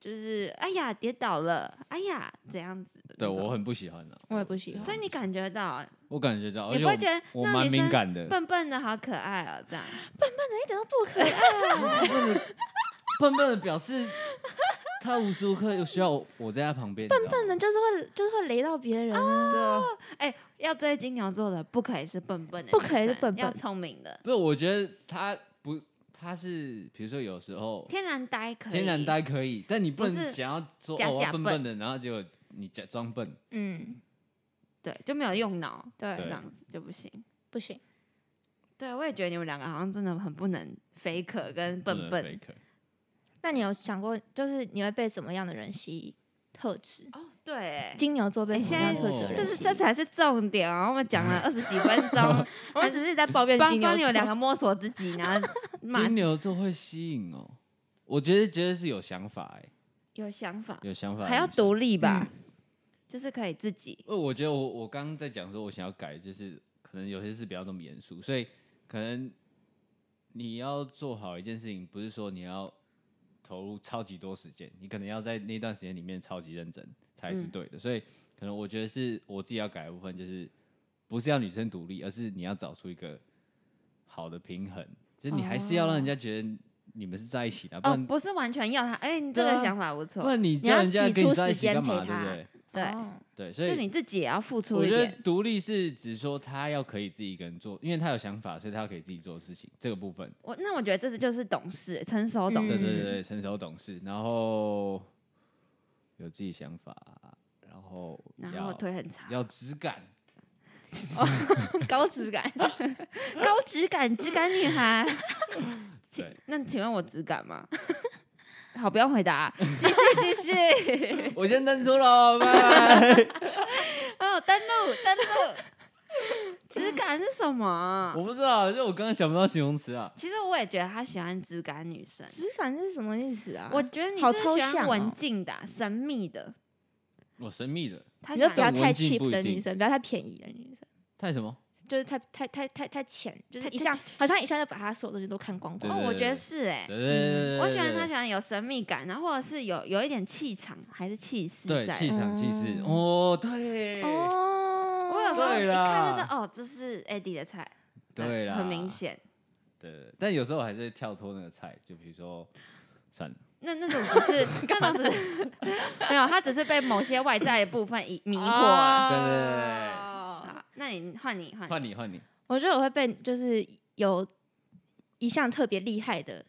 C: 就是哎呀跌倒了，哎呀怎样子的那
D: 对
C: 种，
D: 我很不喜欢的，
E: 我也不喜
C: 所
E: 欢，
C: 以你感觉到，
D: 我感觉到，而
C: 你
D: 且
C: 不会觉得
D: 哦我我
C: 那
D: 蛮
C: 女
D: 敏
C: 生
D: 感的，
C: 笨笨的好可爱哦，这样
E: 一点都不可爱。
D: 笨笨的表示他无时无刻有需要我我在他旁边，笨
E: 笨的就是会 就是会雷到别人啊，
D: 对啊，
C: 要追金牛座的不可以是笨笨的女生，
E: 不可以是笨笨
C: 要聪明的，
D: 不是，我觉得他不他是比如说有时候
C: 天然呆可以，
D: 天然呆可以，但你不
C: 不
D: 能
C: 是
D: 想要说
C: 假
D: 哦我
C: 假
D: 要笨
C: 笨
D: 笨的，然后结果你假装笨，
E: 嗯，
C: 对，就没有用脑，这
E: 对，
C: 样子就不行。
E: 不行。
C: 对，我也觉得你们两个好像真的很不能 faker 跟
D: 不
C: 笨
D: 能
C: 笨
D: faker
E: 那你有想过，就是你会被什么样的人吸引？特质？
C: 哦，对。
E: 金牛座被
C: 哎
E: 什么样
D: 现
E: 的特
D: 在
E: 质的人吸
C: 这
E: 引？
C: 是这才是重点哦！我们讲了二十几分 钟，
E: 我们只是在抱怨
C: 帮
E: 金
C: 帮
E: 牛
C: 你们两
E: 座。
C: 个摸索自己，然后 骂
D: 金牛座会吸引哦，我觉得觉得是有想法哎，
C: 有想法，
D: 有想法嗯
C: 还要
D: 读。
C: 独立吧，就是可以自己
D: 因为我觉得我我刚刚在讲说，我想要改，就是可能有些事不要那么严肃，所以可能你要做好一件事情，不是说你要投入超级多时间，你可能要在那段时间里面超级认真才是
C: 嗯
D: 对的。所以可能我觉得是我自己要改的部分，就是不是要女生独立，而是你要找出一个好的平衡，就是你还是要让人家觉得你们是在一起的，不
C: 哦，
D: 然、
C: 不是完全要他。哎，你这
D: 对
C: 个
D: 啊
C: 想法不
D: 不
C: 错，
D: 然你
E: 要
D: 叫人家
E: 挤
D: 跟
E: 出
D: 你在一起
E: 时间
D: 干嘛，
E: 陪
D: 对不
E: 他
D: 对？
C: 对，
E: 哦
D: 对，所以
C: 就你自己也要付出
D: 我
C: 一
D: 觉得
C: 点。
D: 独立是指说他要可以自己一个人做，因为他有想法，所以他要可以自己做事情这个部分。
C: 我那我觉得这是就是懂事，成熟懂
D: 对
C: 事。
D: 对
E: 嗯
D: 对，对成熟懂事，然后有自己想法，然后
C: 然后
D: 要
C: 腿很长，
D: 要质感，
E: 高质感，
C: 高质感质感女孩。请
D: 对
C: 那请问我质感吗？ 好，不要回 答，啊继续继续。
D: 我先登出了，拜拜。
C: 哦，登录登录。 质感是什么？
D: 我不知道，就我刚刚想不到形容词啊。
C: 其实我也觉得他喜欢质感女生。
E: 质感是什么意思啊？
C: 我觉得你
E: 好
C: 是
E: 抽
C: 喜欢
E: 象
C: 文
E: 哦
C: 静的啊、神秘的。
D: 我神秘的，
C: 他
E: 你
C: 喜
E: 就
C: 欢
E: 不要
D: 但
E: 太
D: 文静
E: cheap
D: 不一
E: 的女
D: 定
E: 生，不要太便宜的女生，
D: 太什么？
E: 就是太太太太太浅，就是
C: 太
E: 一下好像一下就把她所有东西都看光光。
D: 对
C: 哦，我觉得是哎、
D: 对对对对对
C: 我喜欢他
D: 对
C: 喜欢有神秘感，然后或者是有有一点气场还是气势
D: 对
C: 在。
D: 气场气
C: 嗯
D: 势，哦，对，
E: 哦
C: 我有时候
D: 对
C: 一
D: 啦
C: 看就知道，哦，这是 Eddie 的菜，
D: 对啦，
C: 很明。显。
D: 对，对对但有时候我还是跳脱那个菜，就比如说，算了。
C: 那那种只 是那种只是 没有，他只是被某些外在的部分迷迷惑
A: 啊
C: 啊了。
D: 对对对
C: 好，那你换你换你
D: 换你换你，
E: 我觉得我会被就是有一项特别厉害的，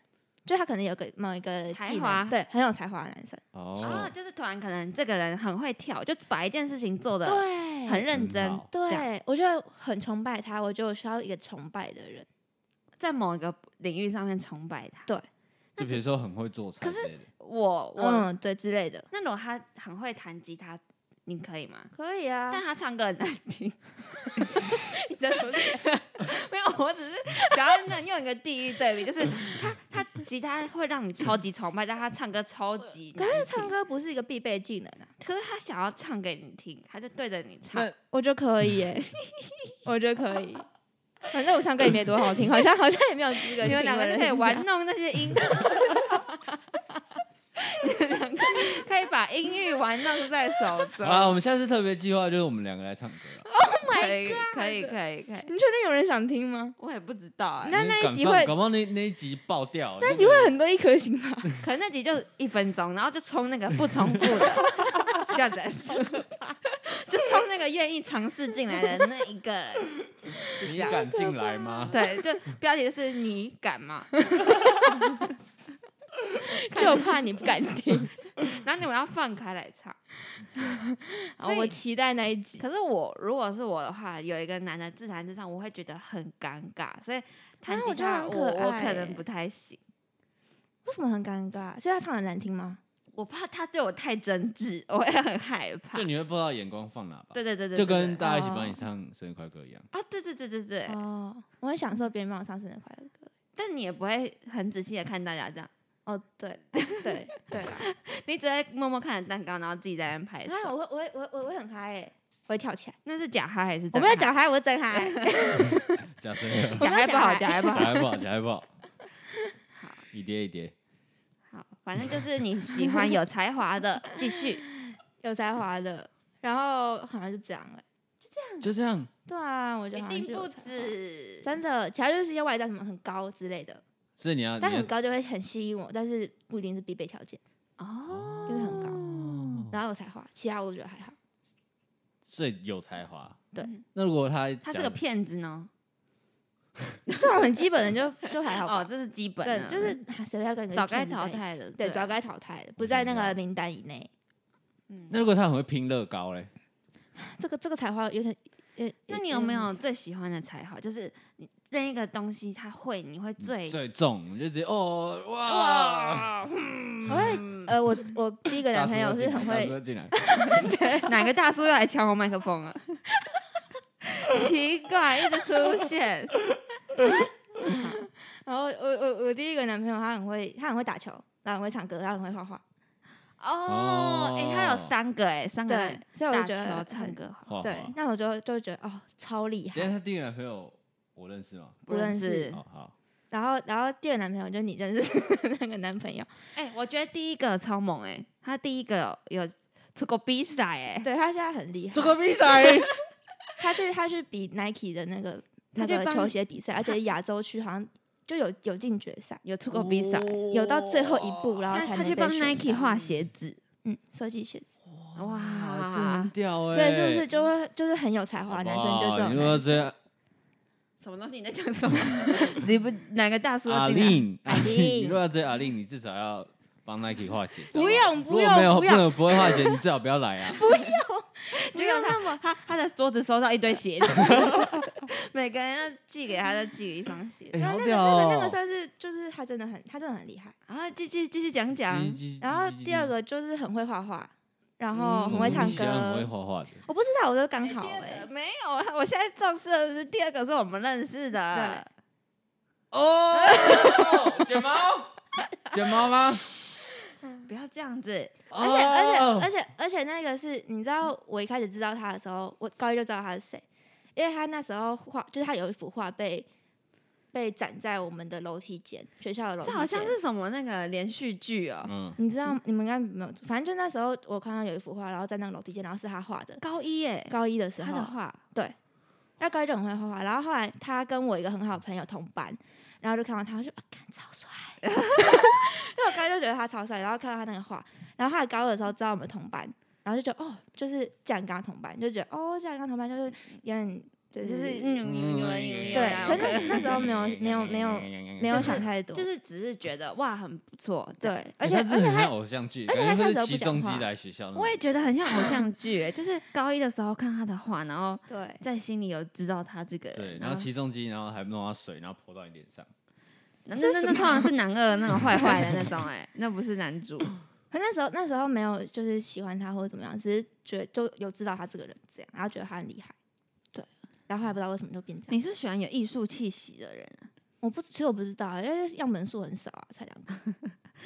E: 就他可能有个某一个
C: 才
E: 技
C: 华
E: 能，对，很有才华的男生，
C: 哦，
D: 哦，
C: 就是突然可能这个人很会跳，就把一件事情做的
E: 对，
C: 很认
D: 很
C: 真
D: 好，
C: 这样
E: 对，我觉得很崇拜他，我觉得我需要一个崇拜的人，
C: 在某一个领域上面崇拜他。
E: 对
D: 就比如说很会做菜
C: 可
D: 之类的，
C: 我我、
E: 嗯，对之类的，
C: 那如果他很会弹吉他，你可以吗？
E: 可以啊
C: 但他唱歌很难 听，你在说谁？ 没有，我只是想要那用一个地域对比，就是他他吉他会让你超级崇拜，但他唱歌超级
E: 可
C: 难听。
E: 是唱歌不是一个必备技能啊，
C: 可是他想要唱给你听，他就对着你唱。
E: 我觉得可以 耶，我觉得可以。反正我唱歌也没多好听，好像好像也没有资格。
C: 你们两个就可以玩
E: 弄。
C: 弄那些 音，你们两个可以把音域玩弄在手 中。
D: 啊，我们下次特别计划就是我们两个来唱歌了。
C: 可以，可以，可以，可以。
E: 你确定有人想听吗？
C: 我也不知道啊，
E: 那
D: 你
E: 那一
D: 敢
E: 集
D: 放
E: 会
D: 搞不好那那一集爆掉，
E: 那
D: 这
E: 集
D: 个
E: 会很多一颗星吧？
C: 可能那集就一分钟，然后就冲那个不重复 的下载数，就冲那个愿意尝试进来的那一个人。
D: 你敢进来吗？
C: 对，就标题就是你敢吗？
E: 就怕你不敢 听。
C: 然后你们要放开来唱。
E: 好
C: 所以
E: 我期待那一集。
C: 可是我如果是我的话，有一个男的自弹自唱，我会觉得很尴尬，所以弹
E: 啊
C: 吉
E: 我觉得
C: 他
E: 很
C: 我
E: 可
C: 我
E: 爱
C: 可
E: 欸
C: 能不太行，
E: 为什么很尴尬？所以他唱的难听吗？
C: 我怕他对我太真挚，我会很害怕。
D: 就你会不知道眼光放哪吧？
C: 对对对对，
D: 就
C: 对
D: 跟
C: 对
D: 大家一起帮你唱生日快歌一样。
C: 啊，对对对对对，
E: 哦，我很享受别人帮我唱生日快乐歌。
C: 但你也不会很仔细的看大家这样，
E: 哦，对 对对啦。
C: 你只会默默看着蛋糕，然后自己在那边拍
E: 那
C: 手。
E: 我会我会我我我会很嗨诶，我会跳起来。
C: 那是假嗨还是
E: 我
C: 真
E: 没有
C: 嗨？
E: 讲嗨，我是真嗨。
D: 假生日，
E: 我
C: 假
E: 没
C: 嗨
E: 有
C: 不
E: 假
C: 好，
E: 嗨
C: 假嗨不
D: 假
C: 好。
D: 还不好，假还不好。一叠一叠，
C: 好，反正就是你喜欢有才华的，继续。
E: 有才华的，然后好像就这样了。
D: 就这样。
E: 对啊，我觉
C: 一
E: 得好像
C: 定
E: 就有
C: 不
E: 才华
C: 止，
E: 真的，其他就是一些外在什么很高之类的，
D: 所以你要，
E: 但
D: 你要
E: 很高就会很吸引我，但是不一定是必备条件，
C: 哦，
E: 就是很高，
D: 哦，
E: 然后有才华，其他我觉得还 好。
D: 所以有才华。
E: 对，
D: 那如果他
C: 他是
D: 讲
C: 个骗子呢。
E: 这种很基本的就就还好
C: 哦，
E: 吧。
C: 这是基本
E: 对，
C: 的，
E: 就是啊谁要跟你
C: 早该淘汰的对
E: 对，
C: 啊
E: 早该淘汰的，不在那个名单以内。
C: 嗯
D: 那如果他很会拼乐高嘞，
E: 这个这个才华有点，有
C: 那你有没有最喜欢的才华？就是你那一个东西，他会，你会最
D: 最啊重你就直接哦哇，
C: 哇，
E: 我会呃，我我第一个男朋友是很
D: 大
E: 会
D: 叔，进来，
C: 哪个大叔要来抢我麦克风了？ 奇怪，一直出现，
E: 然后我我我第一个男朋友他很会，他很会打球，然后很会唱歌，然后很会画画，
C: 哦，哎、他有三个哎、三个
E: 对，所以我
C: 打
E: 就觉得
C: 球、唱
E: 很，
C: 歌好，
D: 画画
E: 对，那我就就觉得哦，超厉
D: 等一下
E: 害。
D: 他第一个男朋友我认识吗？
E: 不认识
D: 哦好，
E: 然后然后第二个男朋友就是 你认识的那个男朋友，
C: 哎、我觉得第一个超猛哎、他第一个有出过比赛哎、
E: 对他现在很厉害，
D: 个比 赛，
E: 他去他去比 Nike 的那个那
C: 他去
E: 个
C: 帮
E: 球鞋比赛，而且亚洲区好像就有有进决赛，
C: 有出过比赛。
D: 哦
E: 有到最后一步，然后
C: 他
E: 才
C: 他
E: 能
C: 去
E: 被
C: 帮
E: 选
C: Nike
E: 上
C: 画鞋子，
E: 嗯设计鞋子，
C: 哇
D: 哇，这很屌哎，
E: 所以是不是就会就是很有才华的男生就
D: 哇
E: 这
D: 你
E: 种
D: 如果
E: 男
D: 这样，
C: 什么东西？你在讲什么？ 你不哪个大叔要
D: 阿
C: 进来？
D: 令，
E: 阿令
D: 你如果要追阿令，你至少要帮 Nike 画鞋。
E: 不用不
D: 如
E: 用
D: 果没有
E: 不用
D: 能不会画鞋，你最好不要来 啊。
C: 结果他他他的桌子收到一堆鞋子，每个人要寄给他，再寄给一双鞋子。
D: 哎，
E: 然
D: 好
E: 后那个
D: 屌
E: 那个那个
D: 哦！
E: 算是就是他真的很他真的很厉害。
C: 然后继续继续讲讲，
D: 叽叽叽
E: 然后第二
D: 叽叽
E: 个就是很会画画，然后
D: 嗯
E: 很会唱
D: 你喜欢很会
E: 歌。
D: 画画的，
E: 我不知道，我都刚
C: 第
E: 好
C: 二
E: 哎
C: 个，没有啊，我现在重视的是第二个是我们认识的，
D: 哦，卷毛，卷毛吗？
C: 不要这样子。
E: 而且而且而
D: 且，
E: 且而且那个是，你知道我一开始知道他的时候，我高一就知道他是谁，因为他那时候画，就是他有一幅画被被展在我们的楼梯间，学校的楼梯
C: 这
E: 间。
C: 好像是什么那个连续剧哦，
D: 嗯，
E: 你知道，你们应该没有，反正就那时候我看到有一幅画，然后在那个楼梯间，然后是他画的，
C: 高一耶，
E: 高一的时
C: 他
E: 候
C: 的。画，
E: 那高一就很会画画，然后后来他跟我一个很好的朋友同班，然后就看到他，我就啊，看超 帅，因为我高一就觉得他超帅，然后看到他那个画，然后后来高二的时候知道我们同班，然后就觉得哦，就是这样跟他同班，就觉得哦，这样跟他同班就是也很对，就
C: 就是是嗯，
E: 对，可是那时那时候没有没有没有没有想太多，
C: 就是嗯只是觉得哇很不错，这样，
E: 对，而且而且
D: 他
E: 他
D: 偶像剧，
E: 而
D: 感觉
E: 且他
D: 会
E: 那时候
D: 是起
E: 不讲
D: 重机
E: 话
D: 来学校那种。
C: 我也觉得很像偶像剧，哎就是高一的时候看他的画，然后
E: 对
C: 在心里有知道他这个人，
D: 对，然后起重机，然后还弄到水，然后泼到你脸上。
C: 那
E: 这
C: 那那
E: 是什
C: 那
E: 么
C: 通常是男二那种坏坏的那种、哎，那不是男主，
E: 可那时候那时候没有就是喜欢他或者怎么样，只是觉得就有知道他这个人这样，然后觉得他很厉害，对，然后还不知道为什么就变这样。
C: 你是喜欢有艺术气息的人，啊
E: 我不其实我不知道，因为样本数很少啊，才两个。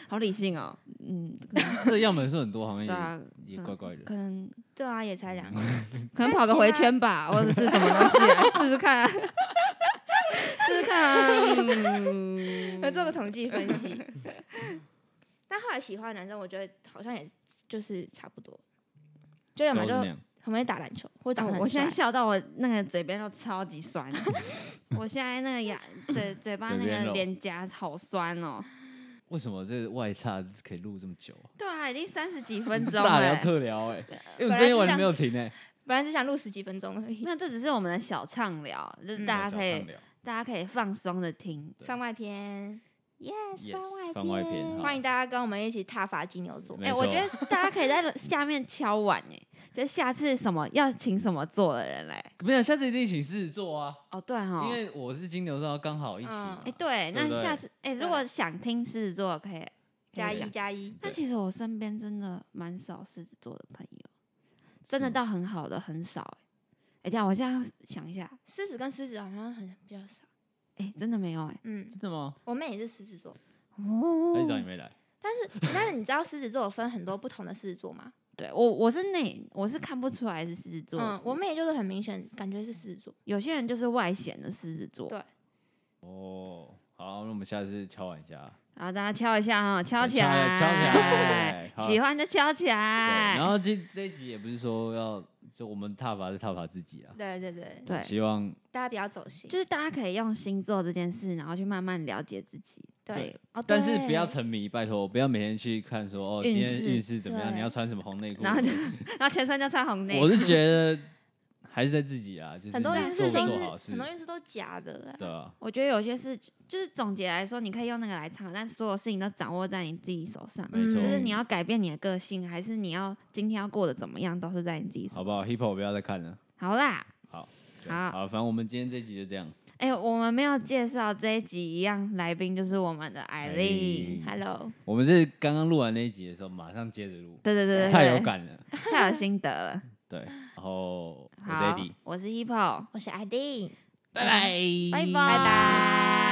C: 好理性哦，嗯，
D: 这样本数很多，好
C: 对啊
D: 像，也也怪怪
C: 可
D: 的。
C: 能
E: 对啊，也才两个。
C: 可能跑个回圈吧，或者是什么东西来试试看、啊，试试看、啊，嗯，
E: 来做个统计分析。但后来喜欢的男生，我觉得好像也就是差不多，就要
D: 都
E: 么
D: 是
E: 就
D: 那样，
E: 很会打篮球，或者长得
C: 哦
E: 很
C: 我现在
E: 帅
C: 笑到我那个嘴边都超级酸， 我现在那个牙嘴嘴巴
D: 嘴
C: 那
D: 边
C: 个
D: 肉
C: 脸颊好酸哦。
D: 为什么这外差可以录这么久啊？
C: 对啊，已经三十 几分钟
D: 大聊
C: 了。欸
D: 特聊哎，因为我们
E: 本来
D: 这
E: 是
D: 天完
E: 想
D: 全没有停哎，
E: 本来只想录十几分钟而已。
C: 那这只是我们的小畅聊，就是大家可以、
D: 嗯小畅聊
C: 大家可以放松的听。
D: 对
E: 番外篇
D: Yes，番外篇，好
E: 欢迎大家跟我们一起踏伐金牛座。
D: 没
C: 哎、我
D: 错
C: 觉得大家可以在下面敲碗哎、就下次什么要请什么座的人来。
D: 没有，下次一定请狮子座啊，
C: 哦，对哈，
D: 因为我是金牛座，刚好一起
E: 嗯
D: 嘛
C: 哎、。对，那
D: 对不对
C: 下次哎、如果想听狮子座可以
E: 加一
C: 讲
E: 加一，
C: 但
D: 对
C: 其实我身边真的蛮少狮子座的朋友，真的
D: 吗
C: 到很好的很少、欸。哎、等一下我现在想一下，
E: 狮子跟狮子好像很比较少。
C: 哎、真的没有哎、
E: 嗯，
D: 真的吗？
E: 我妹也是狮子座，
D: 还是找
C: 哦
D: 你，没来？
E: 但是但是你知道狮子座有分很多不同的狮子座吗？
C: 对我我是内，我是看不出来是狮子座的
E: 嗯
C: 狮，子。
E: 我妹就是很明显感觉是狮子座。
C: 有些人就是外显的狮子座
E: 对，
D: 哦，好，那我们下次敲完一下，
C: 然后大家敲一下哈，敲起来，
D: 敲起 来好
C: 喜欢就敲起
D: 对，
C: 来。
D: 然后这这一集也不是说要，就我们踏伐是踏伐自己啊，
E: 对对对，
C: 对，
D: 希望
E: 大家不要走心。
C: 就是大家可以用星座这件事，然后去慢慢了解自己。
E: 对
C: 对，
E: 哦，
D: 但是不要
E: 对
D: 沉迷，拜托，不要每天去看说哦，
C: 运
D: 今天
C: 势
D: 运势怎么样？
E: 对
D: 你要穿什么红内 裤？
C: 然后就然后全身就穿红内裤。
D: 我是觉得还是在自己啊，就是
E: 很多
D: 你
E: 运
D: 做
E: 势
D: 不
E: 都
D: 做好
E: 是
D: 事
E: 很多运势都假的啊。
D: 对啊，
C: 我觉得有些事就是总结来说，你可以用那个来参考，但所有事情都掌握在你自己手上。
D: 没错，
C: 就是你
E: 嗯
C: 要改变你的个性，还是你要今天要过得怎么样，都是在你自己手
D: 好
C: 上。
D: 不好？Hippo 不要再看了，
C: 好啦，
D: 好，对
C: 好
D: 好，反正我们今天这集就这样。
C: 哎、我们没有介绍这一集一样来宾就是我们的艾丽。
D: 嗯
E: Hello，
D: 我们是刚刚录完那一集的时候，马上接着录，
C: 对对对对，
D: 太有
C: 对，
D: 感 了。
C: 太有心得了。
D: 对，然后我是
C: 好
D: AD，，
C: 我是 Hippo，
E: 我是 ID。
D: 拜拜，
C: 拜拜
E: 拜拜